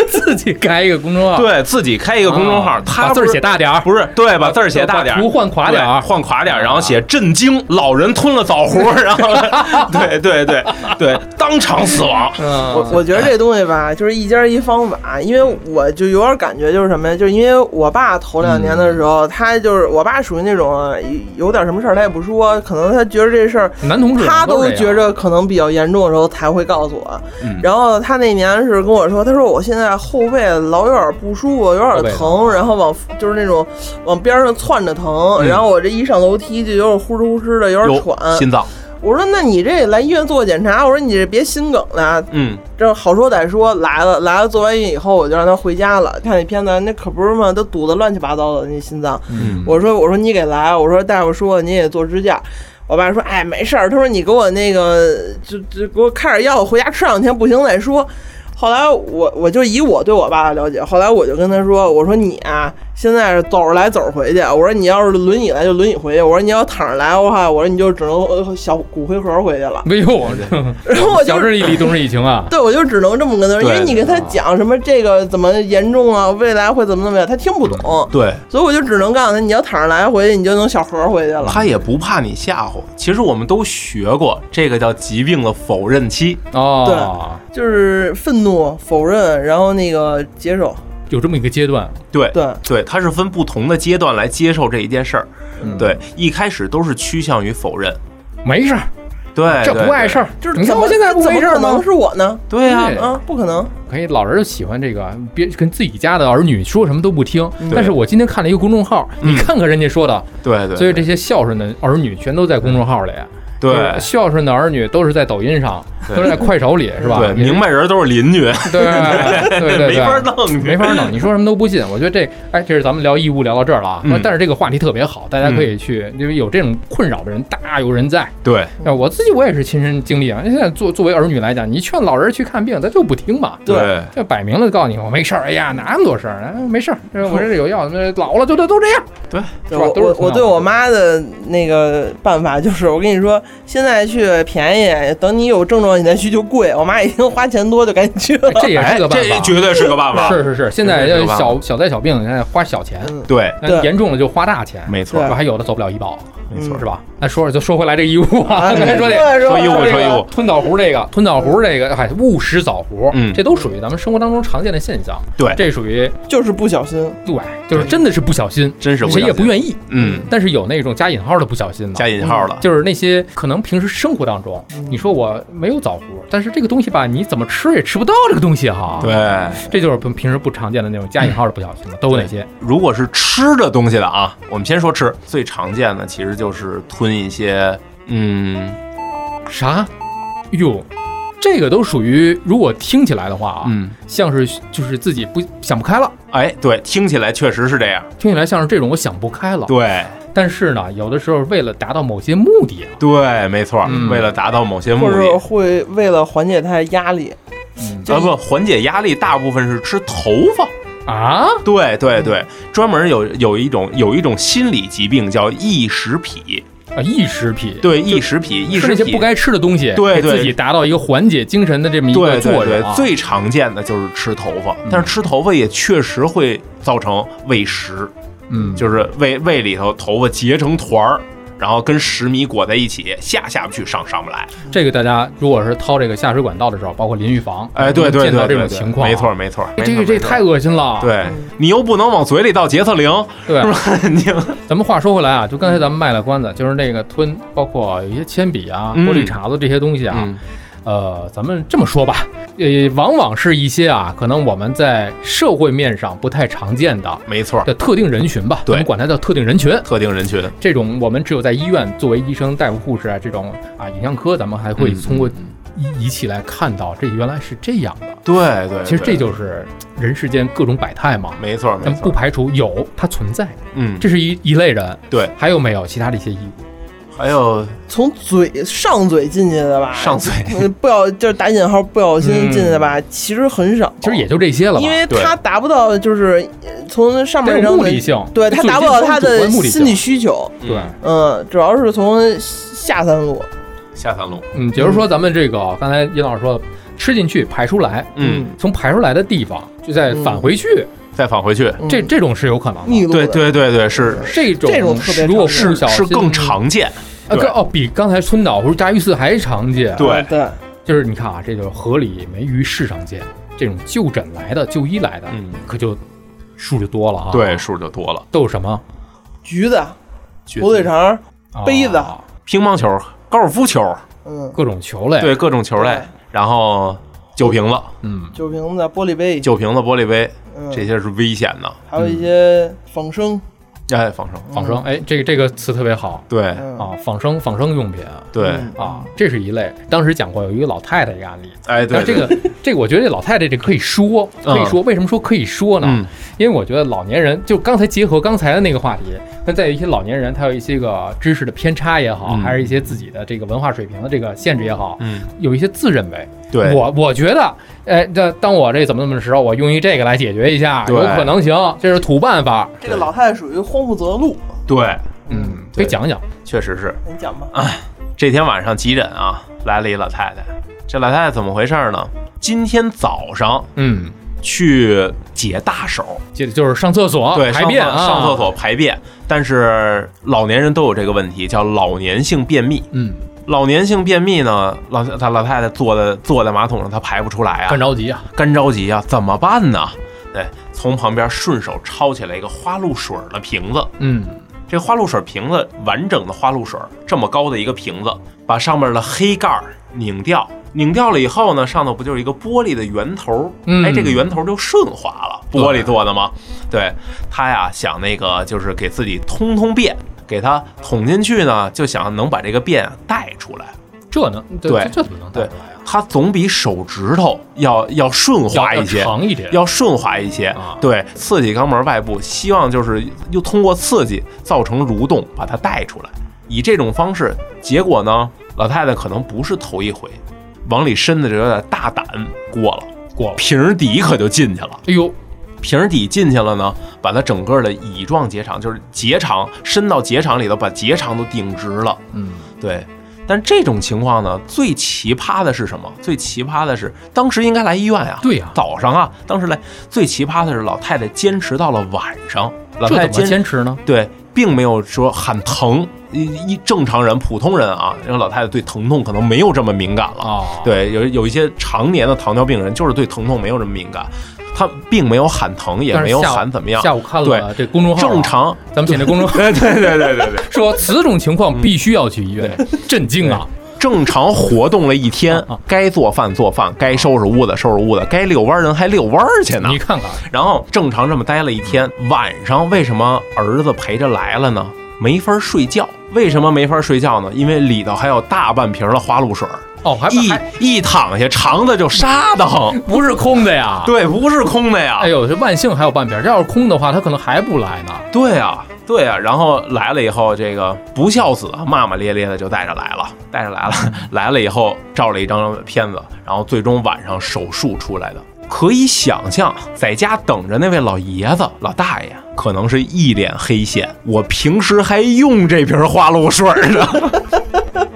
Speaker 3: 自己开一个公众号，
Speaker 2: 对自己开一个公众号
Speaker 3: 啊，
Speaker 2: 他
Speaker 3: 把字儿
Speaker 2: 不是
Speaker 3: 写大点儿，
Speaker 2: 不是对，把字儿写大点
Speaker 3: 把
Speaker 2: 儿。
Speaker 3: 图换垮点
Speaker 2: 对
Speaker 3: 儿，啊
Speaker 2: 换垮点儿，然后写震惊，老人吞了枣核，然后
Speaker 3: [LAUGHS]
Speaker 2: 对对对对，当场死亡。
Speaker 3: 嗯，
Speaker 1: 我我觉得这东西吧，就是一家一方法，因为我就有点感觉就是什么呀，就是因为我爸头两年的时候，他就是我爸属于那种有点什么事儿他也不说，可能他觉得这事儿
Speaker 3: 男同志
Speaker 1: 他
Speaker 3: 都
Speaker 1: 都
Speaker 3: 是这
Speaker 1: 觉
Speaker 3: 样嗯
Speaker 1: 着可能比较严重的时候才会告诉我。然后他那年是跟我说，他说我现在后背老有点不舒服，有
Speaker 3: 后背
Speaker 1: 点疼，然后往就是那种往边上窜着疼，
Speaker 3: 嗯
Speaker 1: 然后我这一上楼梯就有点呼哧呼哧的，有点喘。
Speaker 2: 有心脏，
Speaker 1: 我说那你这来医院做检查，我说你这别心梗啊了，
Speaker 2: 嗯，
Speaker 1: 这好说歹说来了来了，做完孕以后我就让他回家了。看那片子，那可不是嘛，都堵得乱七八糟的那心脏。
Speaker 3: 嗯
Speaker 1: 我说我说你给来，我说大夫说你也做支架。我爸说哎没事儿，他说你给我那个就就给我开点药，我回家吃两天不行再说。后来我我就以我对我爸的了解，后来我就跟他说，我说你啊，现在是走着来走着回去，我说你要是轮椅来就轮椅回去，我说你要躺着来的话，我说你就只能呃小骨灰盒回去了。
Speaker 3: 没有， [LAUGHS]
Speaker 1: 然后我就
Speaker 3: 哎小事一理，懂事一情
Speaker 1: [LAUGHS]
Speaker 3: 啊，
Speaker 1: 对，我就只能这么跟他说，因为
Speaker 2: 对
Speaker 1: 你跟
Speaker 3: 嗯
Speaker 1: 他讲什么这个怎么严重啊，未来会怎么怎么样，他听不懂，
Speaker 2: 对，
Speaker 1: 所以我就只能告诉他，你要躺着来回去，你就能小盒回去了。
Speaker 2: 他也不怕你吓唬。其实我们都学过，这个叫疾病的否认期。
Speaker 3: 哦，
Speaker 1: 就是愤怒、否认，然后那个接受，
Speaker 3: 有这么一个阶段，
Speaker 2: 对
Speaker 1: 对
Speaker 2: 对，它是分不同的阶段来接受这一件事儿。对，一开始都是趋向于否认。
Speaker 3: 没事儿，
Speaker 2: 对，
Speaker 3: 啊这
Speaker 2: 哎对
Speaker 3: 不碍事。儿，
Speaker 1: 就是
Speaker 3: 你
Speaker 1: 怎
Speaker 3: 看
Speaker 1: 么
Speaker 3: 我现在不
Speaker 1: 怎
Speaker 3: 没
Speaker 1: 么
Speaker 3: 事儿
Speaker 1: 可
Speaker 3: 吗
Speaker 1: 能？是我呢？
Speaker 2: 对呀、
Speaker 3: 对
Speaker 1: 啊，不可能。
Speaker 3: 可以，老人就喜欢这个，别跟自己家的儿女说什么都不听。但是
Speaker 2: 对
Speaker 3: 我今天看了一个公众号，你看看人家说的，
Speaker 2: 对对，
Speaker 3: 所以这些孝顺的儿女全都在公众号里。啊
Speaker 2: 对
Speaker 3: 孝顺的儿女都是在抖音上，
Speaker 2: 对
Speaker 3: 都是在快手里，是吧？
Speaker 2: 对，
Speaker 3: 也是
Speaker 2: 明白人都是邻居，
Speaker 3: 对对
Speaker 2: [LAUGHS]
Speaker 3: 对对，
Speaker 2: 没法弄去，
Speaker 3: 没法弄，你说什么都不信。我觉得这，哎，这是咱们聊义乌聊到这儿了啊。
Speaker 2: 嗯
Speaker 3: 但是这个话题特别好，大家可以去，因为有这种困扰的人大有人在。
Speaker 2: 对，
Speaker 3: 哎，我自己我也是亲身经历啊。现在作作为儿女来讲，你劝老人去看病，他就不听嘛。
Speaker 1: 对
Speaker 2: 对，
Speaker 3: 这摆明了告诉你，我没事儿。哎呀，哪那么多事儿？哎，没事儿，这我这有药，那老了就都都这样。是吧
Speaker 1: 我
Speaker 3: 都是
Speaker 1: 我
Speaker 3: 从
Speaker 1: 我
Speaker 3: 小
Speaker 1: 对
Speaker 3: 到
Speaker 1: 我
Speaker 3: 大
Speaker 1: 妈的那个办法就是，我跟你说，现在去便宜，等你有症状你再去就贵。我妈已经花钱多，就赶紧去了
Speaker 3: 哎。这也是个办
Speaker 2: 这
Speaker 3: 法。
Speaker 2: 绝对是个办法，
Speaker 3: 是是是，现在
Speaker 2: 这是
Speaker 3: 要
Speaker 2: 个办法
Speaker 3: 小小灾小病，现在花小钱，
Speaker 1: 嗯
Speaker 2: 对，
Speaker 1: 对
Speaker 3: 严重了就花大钱，
Speaker 2: 没错
Speaker 3: 是，吧还有的走不了医保，
Speaker 2: 没错
Speaker 1: 嗯
Speaker 3: 是吧？那说说就说回来这义乌啊，
Speaker 1: 啊
Speaker 3: [LAUGHS] 刚才说这
Speaker 1: 对
Speaker 2: 说
Speaker 1: 吧
Speaker 2: 义乌
Speaker 3: 这
Speaker 2: 说
Speaker 3: 个
Speaker 2: 义乌
Speaker 3: 吞枣核这个，吞枣核这个，嗨，误食枣核，
Speaker 2: 嗯
Speaker 3: 这都属于咱们生活当中常见的现象。
Speaker 2: 对
Speaker 3: 这属于
Speaker 1: 就是不小心，
Speaker 3: 对，就是真的是不小心，
Speaker 2: 真是不小
Speaker 3: 谁
Speaker 2: 心
Speaker 3: 也不愿意。
Speaker 2: 嗯，
Speaker 3: 但是有那种加引号的不小心呢，
Speaker 2: 加引号了，
Speaker 3: 嗯就是那些可能平时生活当中，你说我没有枣核，但是这个东西吧，你怎么吃也吃不到这个东西哈。，
Speaker 2: 对。
Speaker 3: 这就是平平时不常见的那种加引号的不小心了，都有哪些？
Speaker 2: 如果是吃的东西的啊，我们先说吃，最常见的其实就是吞一些，嗯
Speaker 3: 啥？哟，这个都属于如果听起来的话啊，
Speaker 2: 嗯，
Speaker 3: 像是就是自己不想不开了，
Speaker 2: 哎，对，听起来确实是这样，
Speaker 3: 听起来像是这种我想不开了。
Speaker 2: 对
Speaker 3: 但是呢，有的时候为了达到某些目的啊，
Speaker 2: 对，没错，
Speaker 3: 嗯
Speaker 2: 为了达到某些目
Speaker 1: 或
Speaker 2: 的，
Speaker 1: 者会为了缓解她的压力，
Speaker 3: 嗯
Speaker 1: 就
Speaker 2: 啊不，缓解压力大部分是吃头发，嗯
Speaker 3: 啊，
Speaker 2: 对对对，专门有有一种有一种心理疾病叫异食癖，
Speaker 3: 啊，异食癖，
Speaker 2: 对异食癖，异
Speaker 3: 吃
Speaker 2: 食
Speaker 3: 那些
Speaker 2: 癖
Speaker 3: 不该吃的东西，
Speaker 2: 对对
Speaker 3: 给自己达到一个缓解精神的这么一
Speaker 2: 对
Speaker 3: 个
Speaker 2: 对
Speaker 3: 作用啊
Speaker 2: 对，。最常见的就是吃头发，但是吃头发也确实会造成胃食，
Speaker 3: 嗯，
Speaker 2: 就是胃胃里头头发结成团儿，然后跟石米裹在一起，下下不去，上上不来。
Speaker 3: 这个大家如果是掏这个下水管道的时候，包括淋浴房，
Speaker 2: 哎，对对
Speaker 3: 见
Speaker 2: 对，
Speaker 3: 到这种
Speaker 2: 对对
Speaker 3: 情况啊，
Speaker 2: 没错没错，
Speaker 3: 哎，这个
Speaker 2: 没错
Speaker 3: 这太。恶心了。
Speaker 2: 没错对嗯你又不能往嘴里倒洁厕灵，
Speaker 3: 对
Speaker 2: 是，吧？ [LAUGHS] 你
Speaker 3: 咱们话说回来啊，就刚才咱们卖了关子，就是那个吞，包括有一些铅笔啊、
Speaker 2: 嗯
Speaker 3: 玻璃碴子这些东西啊，
Speaker 2: 嗯
Speaker 3: 呃，咱们这么说吧，呃，往往是一些啊，可能我们在社会面上不太常见的
Speaker 2: 没错，
Speaker 3: 的特定人群吧，
Speaker 2: 对
Speaker 3: 我们管它叫特定人群。
Speaker 2: 特定人群，
Speaker 3: 这种我们只有在医院作为医生、大夫、护士啊，这种啊影像科，咱们还会
Speaker 2: 嗯
Speaker 3: 通过仪仪器来看到，这原来是这样的。
Speaker 2: 对对，
Speaker 3: 其实这
Speaker 2: 对
Speaker 3: 就是人世间各种百态嘛，
Speaker 2: 没错
Speaker 3: 咱
Speaker 2: 没
Speaker 3: 们不
Speaker 2: 错，
Speaker 3: 排除有它存在，
Speaker 2: 嗯，
Speaker 3: 这是一一类人。
Speaker 2: 对，
Speaker 3: 还有没有其他的一些义务？
Speaker 2: 还有
Speaker 1: 从嘴上嘴进去的吧，
Speaker 2: 上嘴，
Speaker 1: 呃 [LAUGHS] 不要就是打引号不小心进去的吧，其实很少，
Speaker 3: 嗯其实也就这些了吧。
Speaker 1: 因为它达不到就是呃从上
Speaker 3: 它
Speaker 1: 面
Speaker 3: 有
Speaker 1: 上
Speaker 3: 目
Speaker 1: 的
Speaker 3: 的，性，
Speaker 1: 对它
Speaker 3: 最
Speaker 1: 达不到
Speaker 3: 近
Speaker 1: 它
Speaker 3: 主观
Speaker 1: 的
Speaker 3: 目的
Speaker 1: 心理
Speaker 3: 性。
Speaker 1: 需求，
Speaker 3: 对，
Speaker 1: 嗯，主要是从下三路，
Speaker 2: 下三路，
Speaker 3: 嗯，比如说咱们这个刚才尹老师说的，吃进去排出来，
Speaker 2: 嗯，
Speaker 3: 从排出来的地方就再返回去，
Speaker 2: 再返回去，
Speaker 1: 嗯
Speaker 3: 这这种是有可能的。
Speaker 1: 逆路的
Speaker 2: 对对对对，是
Speaker 3: 这种
Speaker 1: 这种特别
Speaker 3: 如果不
Speaker 1: 常见
Speaker 3: 小
Speaker 2: 是
Speaker 3: 心
Speaker 2: 更常见，
Speaker 3: 啊，
Speaker 2: 对
Speaker 3: 更哦，比刚才春岛或者炸鱼刺还常见。啊
Speaker 2: 对
Speaker 1: 嗯对，
Speaker 3: 就是你看啊，这就是河里没鱼市上见，这种就诊来的、就医来的，
Speaker 2: 嗯，
Speaker 3: 可就数就多了啊。
Speaker 2: 对，，数就多了。
Speaker 3: 都有什么？
Speaker 1: 橘子、火腿肠，
Speaker 3: 啊
Speaker 1: 杯子
Speaker 2: 乒乓球、高尔夫球，
Speaker 1: 嗯，
Speaker 3: 各种球类。
Speaker 2: 对，各种球类
Speaker 1: 对，
Speaker 2: 然后酒瓶子、
Speaker 3: 嗯，
Speaker 1: 酒瓶子、玻璃杯，
Speaker 2: 酒瓶子、玻璃杯，
Speaker 1: 嗯
Speaker 2: 这些是危险的。
Speaker 1: 还有一些
Speaker 3: 嗯
Speaker 1: 仿生，
Speaker 2: 哎，防生，
Speaker 3: 仿生，哎，这个这个词特别好
Speaker 2: 对
Speaker 1: 嗯
Speaker 3: 啊，仿生仿生用品
Speaker 2: 对，
Speaker 1: 嗯
Speaker 3: 啊，这是一类。当时讲过有一个老太太一个案例，
Speaker 2: 哎，
Speaker 3: 但
Speaker 2: 对，
Speaker 3: 是这个这个，我觉得这老太太这可以说，可以说，为什么说可以说呢？
Speaker 2: 嗯
Speaker 3: 因为我觉得老年人就刚才结合刚才的那个话题，那在一些老年人，他有一些个知识的偏差也好，
Speaker 2: 嗯
Speaker 3: 还是一些自己的这个文化水平的这个限制也好，
Speaker 2: 嗯，
Speaker 3: 有一些自认为。
Speaker 2: 对，
Speaker 3: 我我觉得，哎，这当我这怎么怎么的时候，我用于这个来解决一下，
Speaker 2: 对
Speaker 3: 有可能行，这是土办法。
Speaker 1: 这个老太太属于慌不择路，
Speaker 2: 对，
Speaker 3: 嗯，可
Speaker 2: 对
Speaker 3: 以讲讲。
Speaker 2: 确实是。
Speaker 1: 嗯你讲吧，
Speaker 2: 这天晚上急诊啊，来了一老太太。这老太太怎么回事呢？今天早上
Speaker 3: 嗯，
Speaker 2: 去解大手，
Speaker 3: 这就是上厕所
Speaker 2: 对，
Speaker 3: 排便
Speaker 2: 上
Speaker 3: 啊，
Speaker 2: 厕上厕。所排便。但是老年人都有这个问题，叫老年性便秘。
Speaker 3: 嗯，
Speaker 2: 老年性便秘呢，老她老太太坐在坐在马桶上，她排不出来啊
Speaker 3: 干，着急啊，
Speaker 2: 干着急啊，怎么办呢？对，从旁边顺手抄起来一个花露水的瓶子，
Speaker 3: 嗯，
Speaker 2: 这花露水瓶子完整的花露水这么高的一个瓶子，把上面的黑盖儿拧掉，拧掉了以后呢，上头不就是一个玻璃的圆头？
Speaker 3: 嗯
Speaker 2: 哎，这个圆头就顺滑了，
Speaker 3: 对
Speaker 2: 玻璃做的嘛。对他呀，想那个就是给自己通通便，给它捅进去呢，就想能把这个便带出来。
Speaker 3: 这能这
Speaker 2: 对
Speaker 3: 这这怎么能带
Speaker 2: 对
Speaker 3: 出来啊？
Speaker 2: 它总比手指头要要顺滑
Speaker 3: 要
Speaker 2: 一些，
Speaker 3: 长一点，
Speaker 2: 要顺滑一些
Speaker 3: 啊。
Speaker 2: 对，刺激肛门外部，希望就是又通过刺激造成蠕动，把它带出来。以这种方式，结果呢，老太太可能不是头一回，往里伸的这有点大胆过了，
Speaker 3: 过了。
Speaker 2: 瓶儿底可就进去了。
Speaker 3: 哎呦，
Speaker 2: 瓶儿底进去了呢，把它整个的乙状结肠，就是结肠伸到结肠里头，把结肠都顶直了。
Speaker 3: 嗯，
Speaker 2: 对，但这种情况呢，最奇葩的是什么？最奇葩的是，当时应该来医院呀、
Speaker 3: 对呀
Speaker 2: 早上啊，当时来。最奇葩的是，老太太坚持到了晚上，老
Speaker 3: 这
Speaker 2: 太太
Speaker 3: 怎么
Speaker 2: 坚
Speaker 3: 坚持呢？
Speaker 2: 对，并没有说喊疼。一一正常人、普通人啊，因为老太太对疼痛可能没有这么敏感了。
Speaker 3: 啊，，
Speaker 2: 对，有有一些常年的糖尿病人，就是对疼痛没有这么敏感，他并没有喊疼，也
Speaker 3: 但是
Speaker 2: 没有
Speaker 3: 下午
Speaker 2: 喊怎么样，
Speaker 3: 下午看了这公众号啊，
Speaker 2: 正常。
Speaker 3: 咱们请这公众
Speaker 2: [LAUGHS] 对对对对对对，
Speaker 3: 说此种情
Speaker 2: 嗯
Speaker 3: 况必须要去医院，震惊啊！
Speaker 2: 正常活动了一天，该做饭做
Speaker 3: 啊
Speaker 2: 饭，该收拾屋子收拾屋子，该遛弯儿人还遛弯儿去呢
Speaker 3: 你。看看，
Speaker 2: 然后正常这么待了一天，晚上为什么儿子陪着来了呢？没法睡觉，为什么没法睡觉呢？因为里头还有大半瓶的花露水儿，
Speaker 3: 哦，还
Speaker 2: 一
Speaker 3: 还啊
Speaker 2: 一躺下肠子就沙的
Speaker 3: [LAUGHS]
Speaker 2: 很。
Speaker 3: 不是空的呀？
Speaker 2: 对，不是空的呀。
Speaker 3: 哎呦，这万幸还有半边儿，这要是空的话，他可能还不来呢。
Speaker 2: 对啊，对啊，然后来了以后，这个不孝子啊骂骂咧咧的就带着来了，带着来了， [LAUGHS] 来了以后照了一张片子，然后最终晚上手术出来的。可以想象，在家等着那位老爷子、老大爷，可能是一脸黑线。我平时还用这瓶花露水呢， [LAUGHS]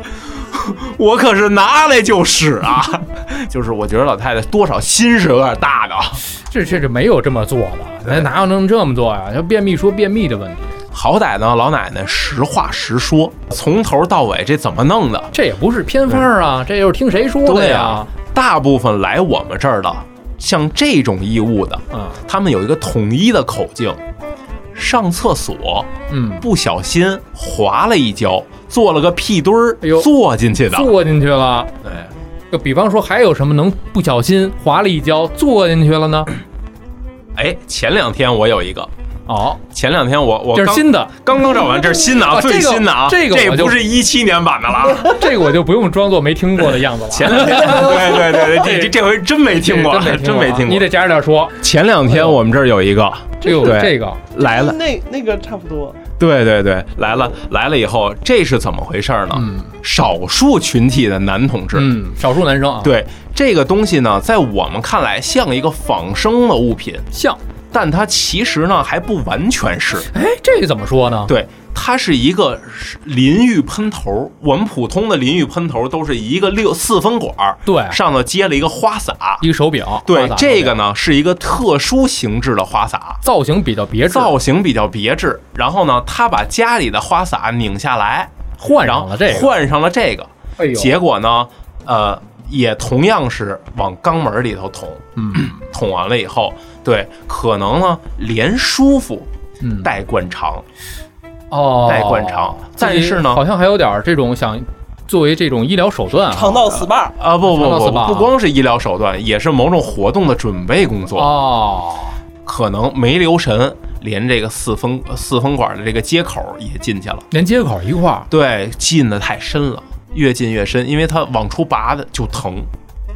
Speaker 2: 我可是拿来就使啊。 [LAUGHS] 就是我觉得老太太多少心是有点大的。啊
Speaker 3: 这这这没有这么做的，那哪有能这么做呀？要便秘说便秘的问题，
Speaker 2: 好歹呢，老奶奶实话实说，从头到尾这怎么弄的？
Speaker 3: 这也不是偏方儿啊，这又是听谁说的呀？
Speaker 2: 大部分来我们这儿的，像这种义务的，
Speaker 3: 啊，
Speaker 2: 他们有一个统一的口径：上厕所
Speaker 3: 嗯，
Speaker 2: 不小心滑了一跤，做了个屁墩儿
Speaker 3: 哎呦，
Speaker 2: 坐进去的。哎
Speaker 3: 坐进去了。
Speaker 2: 对，
Speaker 3: 就比方说，还有什么能不小心滑了一跤坐进去了呢？
Speaker 2: 嗯哎，前两天我有一个，
Speaker 3: 哦，
Speaker 2: 前两天我我
Speaker 3: 这是
Speaker 2: 刚
Speaker 3: 新的，
Speaker 2: 刚刚找完，这是新的啊，
Speaker 3: 啊这个
Speaker 2: 最新的啊，
Speaker 3: 这个我就
Speaker 2: 不是一七年版的了啊。
Speaker 3: 这个我就不用装作没听过的样子
Speaker 2: [LAUGHS]
Speaker 3: 了。
Speaker 2: 前两天，对对对对，这这这回真没听过，
Speaker 3: 这
Speaker 2: 真没听过。
Speaker 3: 啊你得加着点说。
Speaker 2: 前两天我们这儿有一个
Speaker 3: 这个
Speaker 2: 对
Speaker 3: 这个
Speaker 2: 哎来了，
Speaker 1: 那那个差不多，
Speaker 2: 对对对，来了来了以后，这是怎么回事呢？
Speaker 3: 嗯
Speaker 2: 少数群体的男同志，
Speaker 3: 嗯，少数男生啊，，
Speaker 2: 对这个东西呢，在我们看来像一个仿生的物品，
Speaker 3: 像，
Speaker 2: 但它其实呢还不完全是，
Speaker 3: 哎，这个怎么说呢？
Speaker 2: 对，它是一个淋浴喷头。我们普通的淋浴喷头都是一个六四分管儿，
Speaker 3: 对
Speaker 2: 上头接了一个花洒。
Speaker 3: 一个手表，花
Speaker 2: 对
Speaker 3: 洒，
Speaker 2: 这个
Speaker 3: 手表
Speaker 2: 呢是一个特殊形制的花洒，
Speaker 3: 造型比较别致，
Speaker 2: 造型比较别致。然后呢，他把家里的花洒拧下来，
Speaker 3: 换
Speaker 2: 然
Speaker 3: 上
Speaker 2: 后
Speaker 3: 了这个，
Speaker 2: 换上了这个。
Speaker 3: 哎呦，
Speaker 2: 结果呢，呃，也同样是往肛门里头捅，
Speaker 3: 嗯
Speaker 2: 捅完了以后，对，可能呢连舒服
Speaker 3: 嗯，
Speaker 2: 带灌肠，
Speaker 3: 哦，
Speaker 2: 带灌肠但是呢
Speaker 3: 好像还有点儿这种想作为这种医疗手段啊，
Speaker 1: 肠道 SPA
Speaker 2: 啊，不不
Speaker 3: 肠道
Speaker 2: 不，
Speaker 3: 死吧
Speaker 2: 不光是医疗手段，也是某种活动的准备工作，
Speaker 3: 哦，
Speaker 2: 可能没留神，连这个四风四风管的这个接口也进去了。
Speaker 3: 连接口一块儿，
Speaker 2: 对，进的太深了，越进越深，因为它往出拔的就疼，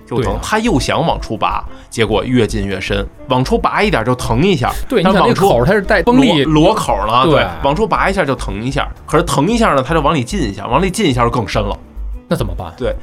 Speaker 2: 就
Speaker 3: 对
Speaker 2: 疼
Speaker 3: 啊。
Speaker 2: 他又想往出拔，结果越进越深，往出拔一点就疼一下。
Speaker 3: 对，你
Speaker 2: 但
Speaker 3: 想那
Speaker 2: 往
Speaker 3: 个
Speaker 2: 出
Speaker 3: 口儿它是带
Speaker 2: 螺
Speaker 3: 崩力，
Speaker 2: 螺口呢？
Speaker 3: 对
Speaker 2: 对，往出拔一下就疼一下，可是疼一下呢，它就往里进一下，往里进一下就更深了。
Speaker 3: 那怎么办？
Speaker 2: 对，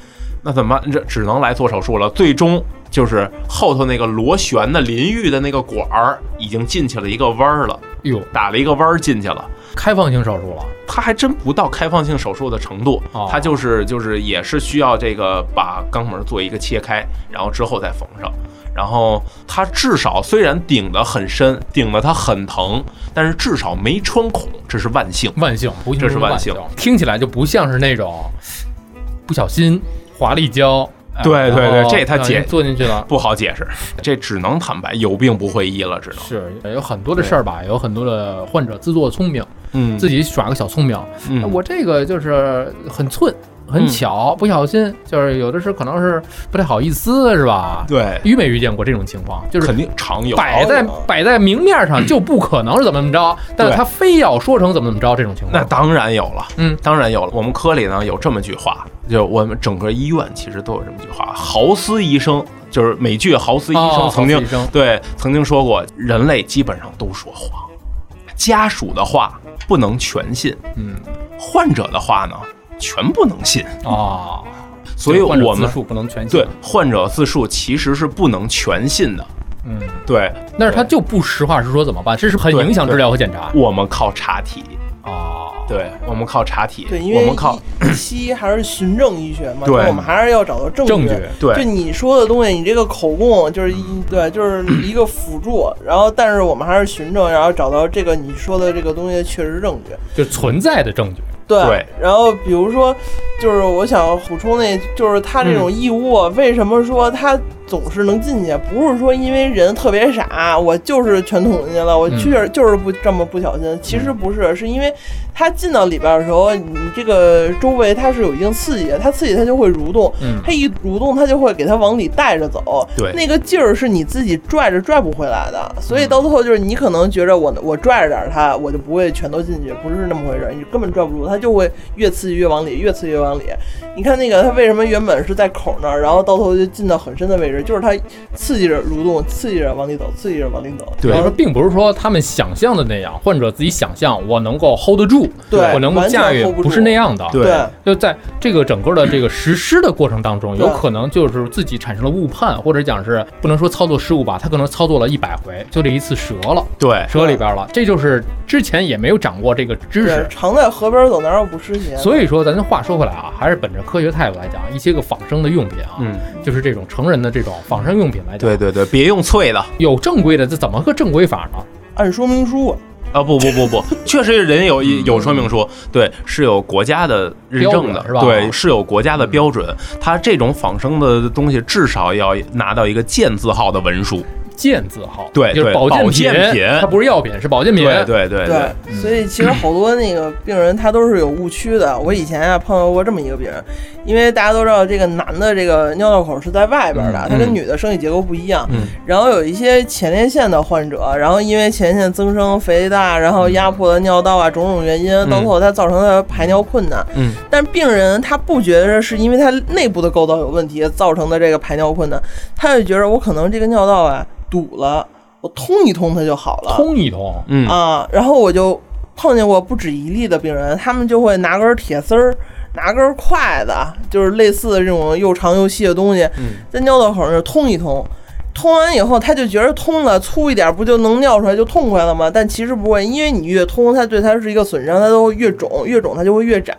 Speaker 2: 那怎么办？这只能来做手术了。最终就是后头那个螺旋的淋浴的那个管儿已经进去了一个弯儿了，
Speaker 3: 哎呦，
Speaker 2: 打了一个弯儿进去了。
Speaker 3: 开放性手术了，
Speaker 2: 它还真不到开放性手术的程度
Speaker 3: 哦，
Speaker 2: 它就是就是也是需要这个把肛门做一个切开，然后之后再缝上。然后它至少虽然顶得很深，顶得它很疼，但是至少没穿孔，这是万幸。
Speaker 3: 万幸，不幸
Speaker 2: 这是
Speaker 3: 中的
Speaker 2: 万
Speaker 3: 万
Speaker 2: 幸，
Speaker 3: 听起来就不像是那种不小心滑了一跤，哎
Speaker 2: 对对对
Speaker 3: 然后
Speaker 2: 这他
Speaker 3: 让人
Speaker 2: 解
Speaker 3: 坐进去了。
Speaker 2: 不好解释，这只能坦白，有病不会医了，只能。
Speaker 3: 是有很多的事儿吧，有很多的患者自作聪明，
Speaker 2: 嗯
Speaker 3: 自己耍个小聪明。
Speaker 2: 嗯，
Speaker 3: 我这个就是很寸，很巧，不小心就是有的时候可能是不太好意思，是吧？
Speaker 2: 对，
Speaker 3: 遇没遇见过这种情况？就是
Speaker 2: 肯定常有。
Speaker 3: 摆在摆在明面上就不可能是怎么怎么着，但是他非要说成怎么怎么着这种情
Speaker 2: 那
Speaker 3: 况，
Speaker 2: 当然有了，
Speaker 3: 嗯
Speaker 2: 当然有了。我们科里呢有这么句话，就是我们整个医院其实都有这么句话：豪斯医生，就是美剧《豪斯医生》
Speaker 3: 哦
Speaker 2: 曾经、
Speaker 3: 豪斯医生
Speaker 2: 对曾经说过，人类基本上都说谎，家属的话不能全信，
Speaker 3: 嗯
Speaker 2: 患者的话呢全不能信。
Speaker 3: 啊，
Speaker 2: 所以
Speaker 3: 患者
Speaker 2: 我们
Speaker 3: 自述不能全信
Speaker 2: 对，患者自述其实是不能全信的。
Speaker 3: 嗯，
Speaker 2: 对
Speaker 3: 但是他就不实话实说怎么办？这是很
Speaker 2: 对
Speaker 3: 影响治疗和检查
Speaker 2: 我们靠查体，
Speaker 3: 啊。
Speaker 2: 对我们靠查体，
Speaker 1: 对，因
Speaker 2: 我
Speaker 1: 为
Speaker 2: 们靠
Speaker 1: 医西医还是循证医学嘛，
Speaker 2: 对
Speaker 1: 所以我们还是要找到证
Speaker 3: 证据
Speaker 2: 对
Speaker 1: 就你说的东西，你这个口供就是一对，就是一个辅助，然后但是我们还是循证，然后找到这个你说的这个东西的确实证据。
Speaker 3: 就存在的证据，
Speaker 1: 对，
Speaker 2: 对
Speaker 1: 然后比如说，就是我想补充那，就是他这种
Speaker 2: 嗯
Speaker 1: 义务，为什么说他总是能进去？不是说因为人特别傻，我就是全捅进去了，我
Speaker 3: 嗯
Speaker 1: 确实就是不这么不小心。其
Speaker 2: 嗯
Speaker 1: 实不是，是因为他进到里边的时候，你这个周围它是有一定刺激的，它刺激它就会蠕动，
Speaker 3: 嗯
Speaker 1: 它一蠕动它就会给它往里带着走，
Speaker 2: 对嗯
Speaker 1: 那个劲儿是你自己拽着拽不回来的，所以到最后就是你可能觉着我我拽着点儿它，我就不会全都进去，不是那么回事儿，你根本拽不住，它就会越刺激越往里，越刺激越往里。你看那个它为什么原本是在口那儿，然后到头就进到很深的位置，就是它刺激着蠕动，刺激着往里走，刺激着往里走。
Speaker 2: 对
Speaker 3: 然后说并不是说他们想象的那样，患者自己想象我能够 hold 得住，
Speaker 1: 对
Speaker 3: 我能够
Speaker 1: 完全
Speaker 3: 驾驭，
Speaker 1: hold 不
Speaker 3: 不是
Speaker 1: 住
Speaker 3: 那样的。
Speaker 2: 对
Speaker 3: 就在这个整个的这个实施的过程当中，
Speaker 1: 对
Speaker 3: 有可能就是自己产生了误判，或者讲是不能说操作失误吧，他可能操作了一百回，就这一次折了，
Speaker 2: 对
Speaker 3: 折里边了，这就是之前也没有掌握这个知
Speaker 1: 对
Speaker 3: 识，。
Speaker 1: 常在河边走，哪有不湿鞋？
Speaker 3: 所以说，咱话说回来啊，还是本着科学态度来讲，一些个仿生的用品啊，
Speaker 2: 嗯，
Speaker 3: 就是这种成人的这种仿生用品来讲，
Speaker 2: 对对对，别用脆的。
Speaker 3: 有正规的，这怎么个正规法呢？
Speaker 1: 按说明书，
Speaker 2: 啊不不不不，确实人有一有说明书，对，是有国家的认证
Speaker 3: 标
Speaker 2: 的
Speaker 3: 准，是吧
Speaker 2: 对，是有国家的标准。它这种仿生的东西至少要拿到一个健字号的文书。
Speaker 3: 健字号，
Speaker 2: 对
Speaker 3: 就是
Speaker 2: 对
Speaker 3: 保健
Speaker 2: 保健品
Speaker 3: 它不是药品，是保健品。
Speaker 2: 对对对
Speaker 1: 对，所以其实好多那个病人他都是有误区的。我以前啊碰到过这么一个病人，因为大家都知道这个男的这个尿道口是在外边的，他跟女的生理结构不一样。
Speaker 2: 嗯
Speaker 1: 然后有一些前列腺的患者，然后因为前列腺增生、肥大，然后压迫了尿道啊种种原因，到最后他造成了排尿困难。
Speaker 2: 嗯，
Speaker 1: 但病人他不觉得是因为他内部的构造有问题造成的这个排尿困难，他就觉得我可能这个尿道啊堵了，我通一通它就好了。
Speaker 3: 通一通，
Speaker 2: 嗯
Speaker 1: 啊，然后我就碰见过不止一例的病人，他们就会拿根铁丝儿。拿根筷子，就是类似的这种又长又细的东西，在尿道口那儿通一通，通完以后他就觉得通了，粗一点不就能尿出来就痛快了吗？但其实不会，因为你越通，它对它是一个损伤，它都会越肿，越肿它就会越窄，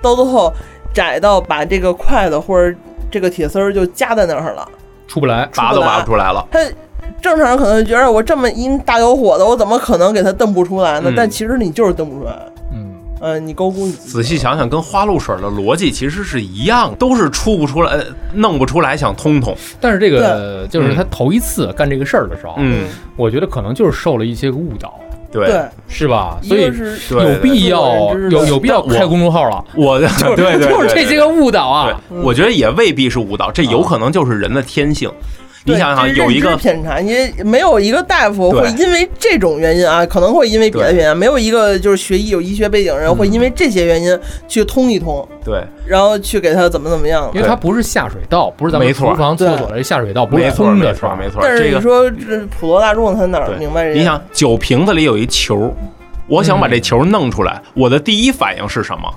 Speaker 1: 到最后窄到把这个筷子或者这个铁丝儿就夹在那儿了。
Speaker 3: 出不来。
Speaker 2: 拔都拔不出来了。
Speaker 1: 他正常人可能觉得我这么一大小伙子，我怎么可能给他瞪不出来呢？
Speaker 2: 嗯
Speaker 1: 但其实你就是瞪不出来。
Speaker 3: 嗯，
Speaker 1: 嗯、你高估你自己
Speaker 2: 仔细想想，跟花露水的逻辑其实是一样，都是出不出来，呃弄不出来，想通通。
Speaker 3: 但是这个就是他头一次干这个事儿的时候，
Speaker 2: 嗯，
Speaker 3: 我觉得可能就是受了一些个误导，
Speaker 2: 对。
Speaker 1: 对，
Speaker 3: 是吧？
Speaker 1: 一
Speaker 3: 所以
Speaker 1: 个是
Speaker 2: 对
Speaker 3: 有必要
Speaker 1: 对对对
Speaker 3: 有有必要
Speaker 2: 但我
Speaker 3: 开公众号了，
Speaker 2: 我的对对对，
Speaker 3: 就是这些个误导啊。
Speaker 2: 对，我觉得也未必是误导，这有可能就是人的天性。你
Speaker 1: 对
Speaker 2: 想
Speaker 1: 这
Speaker 2: 想，
Speaker 1: 是
Speaker 2: 有一
Speaker 1: 认
Speaker 2: 个
Speaker 1: 知偏差，也没有一个大夫
Speaker 2: 对
Speaker 1: 会因为这种原因啊，可能会因为别的原因，没有一个就是学医有医学背景的人
Speaker 2: 嗯
Speaker 1: 会因为这些原因去通一通，
Speaker 2: 对，
Speaker 1: 然后去给他怎么怎么样
Speaker 3: 因
Speaker 1: 的。
Speaker 3: 为它不是下水道，不是咱们
Speaker 2: 没错
Speaker 3: 厨房、厕所的下水道，不
Speaker 2: 没
Speaker 3: 是
Speaker 2: 错
Speaker 3: 通
Speaker 2: 没
Speaker 3: 的是
Speaker 2: 错
Speaker 3: 吧？
Speaker 2: 没错。
Speaker 1: 但是
Speaker 2: 这
Speaker 1: 你
Speaker 2: 个
Speaker 1: 说这普罗大众他哪儿
Speaker 2: 对
Speaker 1: 明白这些？嗯
Speaker 2: 你想，酒瓶子里有一球，我想把这球弄出来，我的第一反应是什么？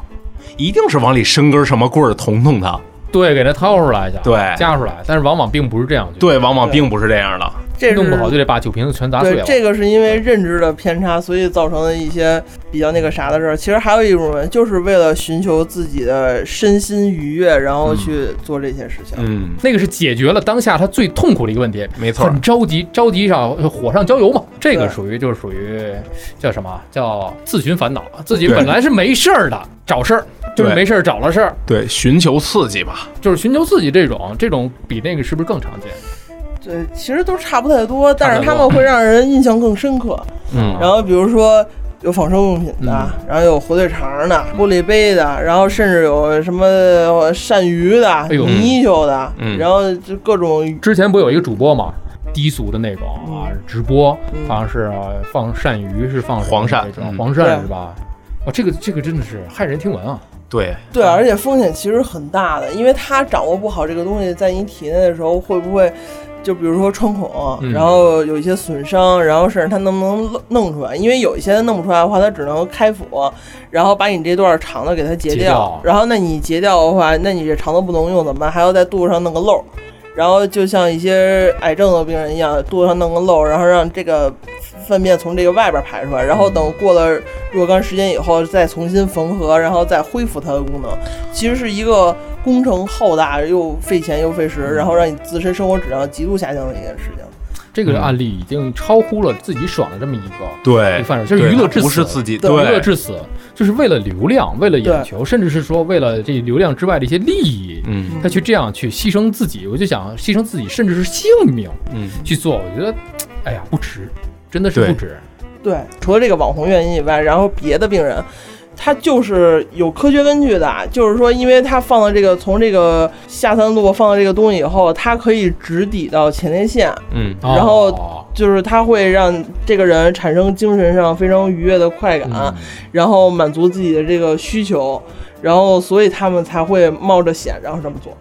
Speaker 2: 一定是往里伸根什么棍儿捅捅它。
Speaker 3: 对，给它掏出来去，
Speaker 2: 对
Speaker 3: 夹出来，但是往往并不是这样去，
Speaker 2: 对，往往
Speaker 1: 对
Speaker 2: 并不是这样的。
Speaker 1: 这是
Speaker 3: 弄不好就得把酒瓶子全砸碎
Speaker 1: 对
Speaker 3: 了，。
Speaker 1: 这个是因为认知的偏差，所以造成的一些比较那个啥的事儿。其实还有一种人，就是为了寻求自己的身心愉悦，然后去做这些事情。
Speaker 2: 嗯，
Speaker 3: 那个是解决了当下他最痛苦的一个问题，
Speaker 2: 没错
Speaker 3: 很着急，着急上火上浇油嘛。这个
Speaker 1: 对
Speaker 3: 属于就是属于叫什么啊叫自寻烦恼，啊自己
Speaker 2: 对
Speaker 3: 本来是没事儿的，找事儿，就是
Speaker 2: 对
Speaker 3: 没事儿找了事儿，
Speaker 2: 对，寻求刺激吧。
Speaker 3: 就是寻求刺激这种，这种比那个是不是更常见？
Speaker 1: 对，其实都差不太多，但是
Speaker 3: 差
Speaker 1: 他
Speaker 3: 不太多啊
Speaker 1: 们会让人印象更深刻。
Speaker 2: 嗯
Speaker 1: 然后比如说。有纺织用品的，然后有火腿肠的、玻璃杯的，然后甚至有什么鳝鱼的、
Speaker 3: 呦
Speaker 1: 泥鳅的，
Speaker 2: 嗯
Speaker 1: 然后就各种
Speaker 3: 之前不有一个主播嘛，低俗的那种啊，直播
Speaker 1: 嗯
Speaker 3: 好像是呃放鳝鱼，是放
Speaker 2: 黄鳝
Speaker 3: 那种
Speaker 2: 嗯
Speaker 3: 黄鳝
Speaker 1: 对
Speaker 3: 是吧？哦，这个这个真的是骇人听闻啊！
Speaker 2: 对，
Speaker 1: 对，而且风险其实很大的，因为他掌握不好这个东西在你体内的时候，会不会就比如说穿孔，
Speaker 3: 嗯
Speaker 1: 然后有一些损伤，然后甚至他能不能弄弄出来？因为有一些弄不出来的话，他只能开腹，然后把你这段肠子给它截
Speaker 3: 截掉
Speaker 1: 然后那你截掉的话，那你这肠子不能用怎么办？还要在肚子上弄个漏儿。然后就像一些癌症的病人一样，肚子上弄个漏，然后让这个粪便从这个外边排出来，然后等过了若干时间以后再重新缝合，然后再恢复它的功能，其实是一个工程浩大又费钱又费时，然后让你自身生活质量极度下降的一件事情。
Speaker 3: 这个案例已经超乎了自己爽的这么一个
Speaker 2: 嗯对
Speaker 3: 一犯人，就是娱乐至死，
Speaker 2: 不是自己
Speaker 1: 对
Speaker 3: 娱乐至死，就是为了流量，为了眼
Speaker 1: 对
Speaker 3: 球，甚至是说为了这流量之外的一些利益，
Speaker 2: 嗯
Speaker 3: 他去这样去牺牲自己，我就想牺牲自己，甚至是性命
Speaker 2: 嗯，
Speaker 3: 去做，我觉得，哎呀，不值，真的是
Speaker 2: 对
Speaker 3: 不值。
Speaker 1: 对，除了这个网红原因以外，然后别的病人，他就是有科学根据的，就是说，因为他放了这个从这个下三路放了这个东西以后，它可以直抵到前列腺，
Speaker 2: 嗯
Speaker 1: 然后
Speaker 3: 哦
Speaker 1: 就是它会让这个人产生精神上非常愉悦的快感，
Speaker 3: 嗯
Speaker 1: 然后满足自己的这个需求，然后所以他们才会冒着险然后这么做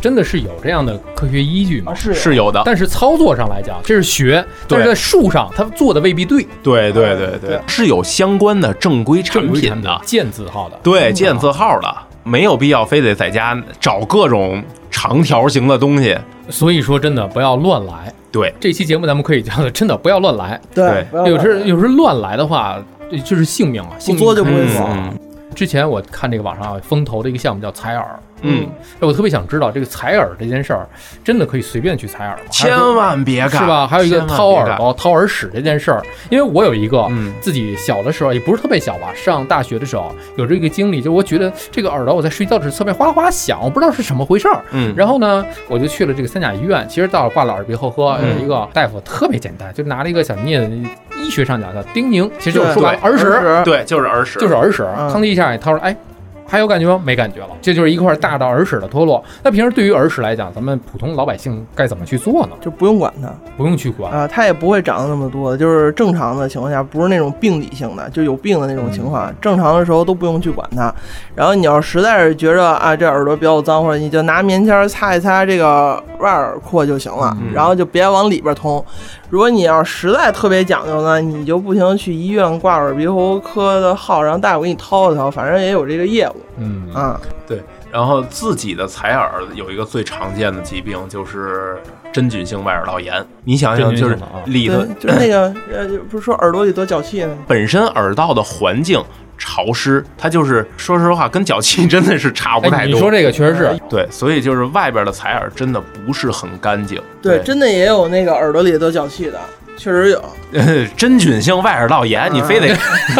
Speaker 3: 真的是有这样的科学依据吗？
Speaker 1: 啊，是
Speaker 2: 嗯是有的，
Speaker 3: 但是操作上来讲，这是学，
Speaker 2: 对
Speaker 3: 但是在术上他做的未必对。
Speaker 2: 对对对对
Speaker 1: 对，
Speaker 2: 是有相关的正规产
Speaker 3: 正规
Speaker 2: 品
Speaker 3: 产品
Speaker 2: 的，
Speaker 3: 建字号的，
Speaker 2: 对，建字号的，没有必要非得在家找各种长条形的东西。
Speaker 3: 所以说真的不要乱来。
Speaker 2: 对，
Speaker 3: 这期节目咱们可以叫做真的不要乱来，
Speaker 2: 对
Speaker 1: 对，不要
Speaker 3: 有时
Speaker 1: 管
Speaker 3: 有时乱来的话，这就是性命啊，性命
Speaker 1: 作就不
Speaker 3: 堪
Speaker 1: 会
Speaker 3: 忧
Speaker 1: 死
Speaker 2: 嗯
Speaker 3: 之前我看这个网上啊风投的一个项目叫采耳，哎
Speaker 2: 嗯，
Speaker 3: 我特别想知道这个采耳这件事儿，真的可以随便去采耳吗？还是
Speaker 2: 千万别干，
Speaker 3: 是吧？还有一个
Speaker 2: 千万别
Speaker 3: 掏耳
Speaker 2: 干，
Speaker 3: 朵、掏耳屎这件事儿，因为我有一个
Speaker 2: 嗯
Speaker 3: 自己小的时候，也不是特别小吧，上大学的时候有这个经历，就我觉得这个耳朵我在睡觉时侧面哗啦哗啦响，我不知道是什么回事儿。
Speaker 2: 嗯，
Speaker 3: 然后呢，我就去了这个三甲医院。其实到了挂了耳鼻喉科，
Speaker 2: 嗯
Speaker 3: 有一个大夫特别简单，就拿了一个小镊子，医学上讲叫叮咛，其实就是说白了耳屎，
Speaker 1: 儿
Speaker 2: 对，就是耳屎，
Speaker 3: 就是耳屎，
Speaker 1: 嗯
Speaker 3: 吭的一下，掏出来，哎，还有感觉吗？没感觉了，这就是一块大的耳屎的脱落。那平时对于耳屎来讲，咱们普通老百姓该怎么去做呢？
Speaker 1: 就不用管它
Speaker 3: 不用去管，
Speaker 1: 啊，它也不会长得那么多的，就是正常的情况下，不是那种病理性的，就有病的那种情况，正常的时候都不用去管它。然后你要实在是觉着啊这耳朵比较脏，或者你就拿棉签儿擦一擦这个外耳廓就行了，
Speaker 2: 嗯
Speaker 1: 然后就别往里边通。如果你要实在特别讲究呢，你就不行去医院挂耳鼻喉科的号，让大夫给你掏一掏，反正也有这个业务
Speaker 3: 嗯，
Speaker 1: 啊。
Speaker 2: 对。然后自己的采耳有一个最常见的疾病就是真菌性外耳道炎，你想想
Speaker 3: 真菌
Speaker 2: 就是
Speaker 3: 性的啊
Speaker 2: 里
Speaker 1: 对
Speaker 2: 头，
Speaker 1: 就是那个呃，不是说耳朵里得脚气那个。
Speaker 2: 本身耳道的环境潮湿，它就是说实话跟脚气真的是差不
Speaker 3: 哎，
Speaker 2: 太
Speaker 3: 你
Speaker 2: 多。
Speaker 3: 说这个确实是
Speaker 1: 嗯，
Speaker 2: 对，所以就是外边的采耳真的不是很干净。
Speaker 1: 对，真的也有那个耳朵里得脚气的，确实有。
Speaker 2: 呃真 [LAUGHS] 菌性外耳道炎，你非得
Speaker 3: 嗯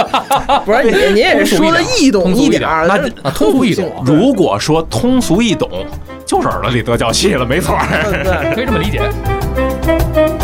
Speaker 1: 不是你，你也是说的易懂一点儿，
Speaker 2: 通俗一点
Speaker 1: 就是
Speaker 3: 啊，通俗易懂，啊，
Speaker 2: 如果说通俗易懂，就是耳朵里得脚气了，没错儿。
Speaker 1: 对对。
Speaker 3: 可以这么理解。
Speaker 5: thank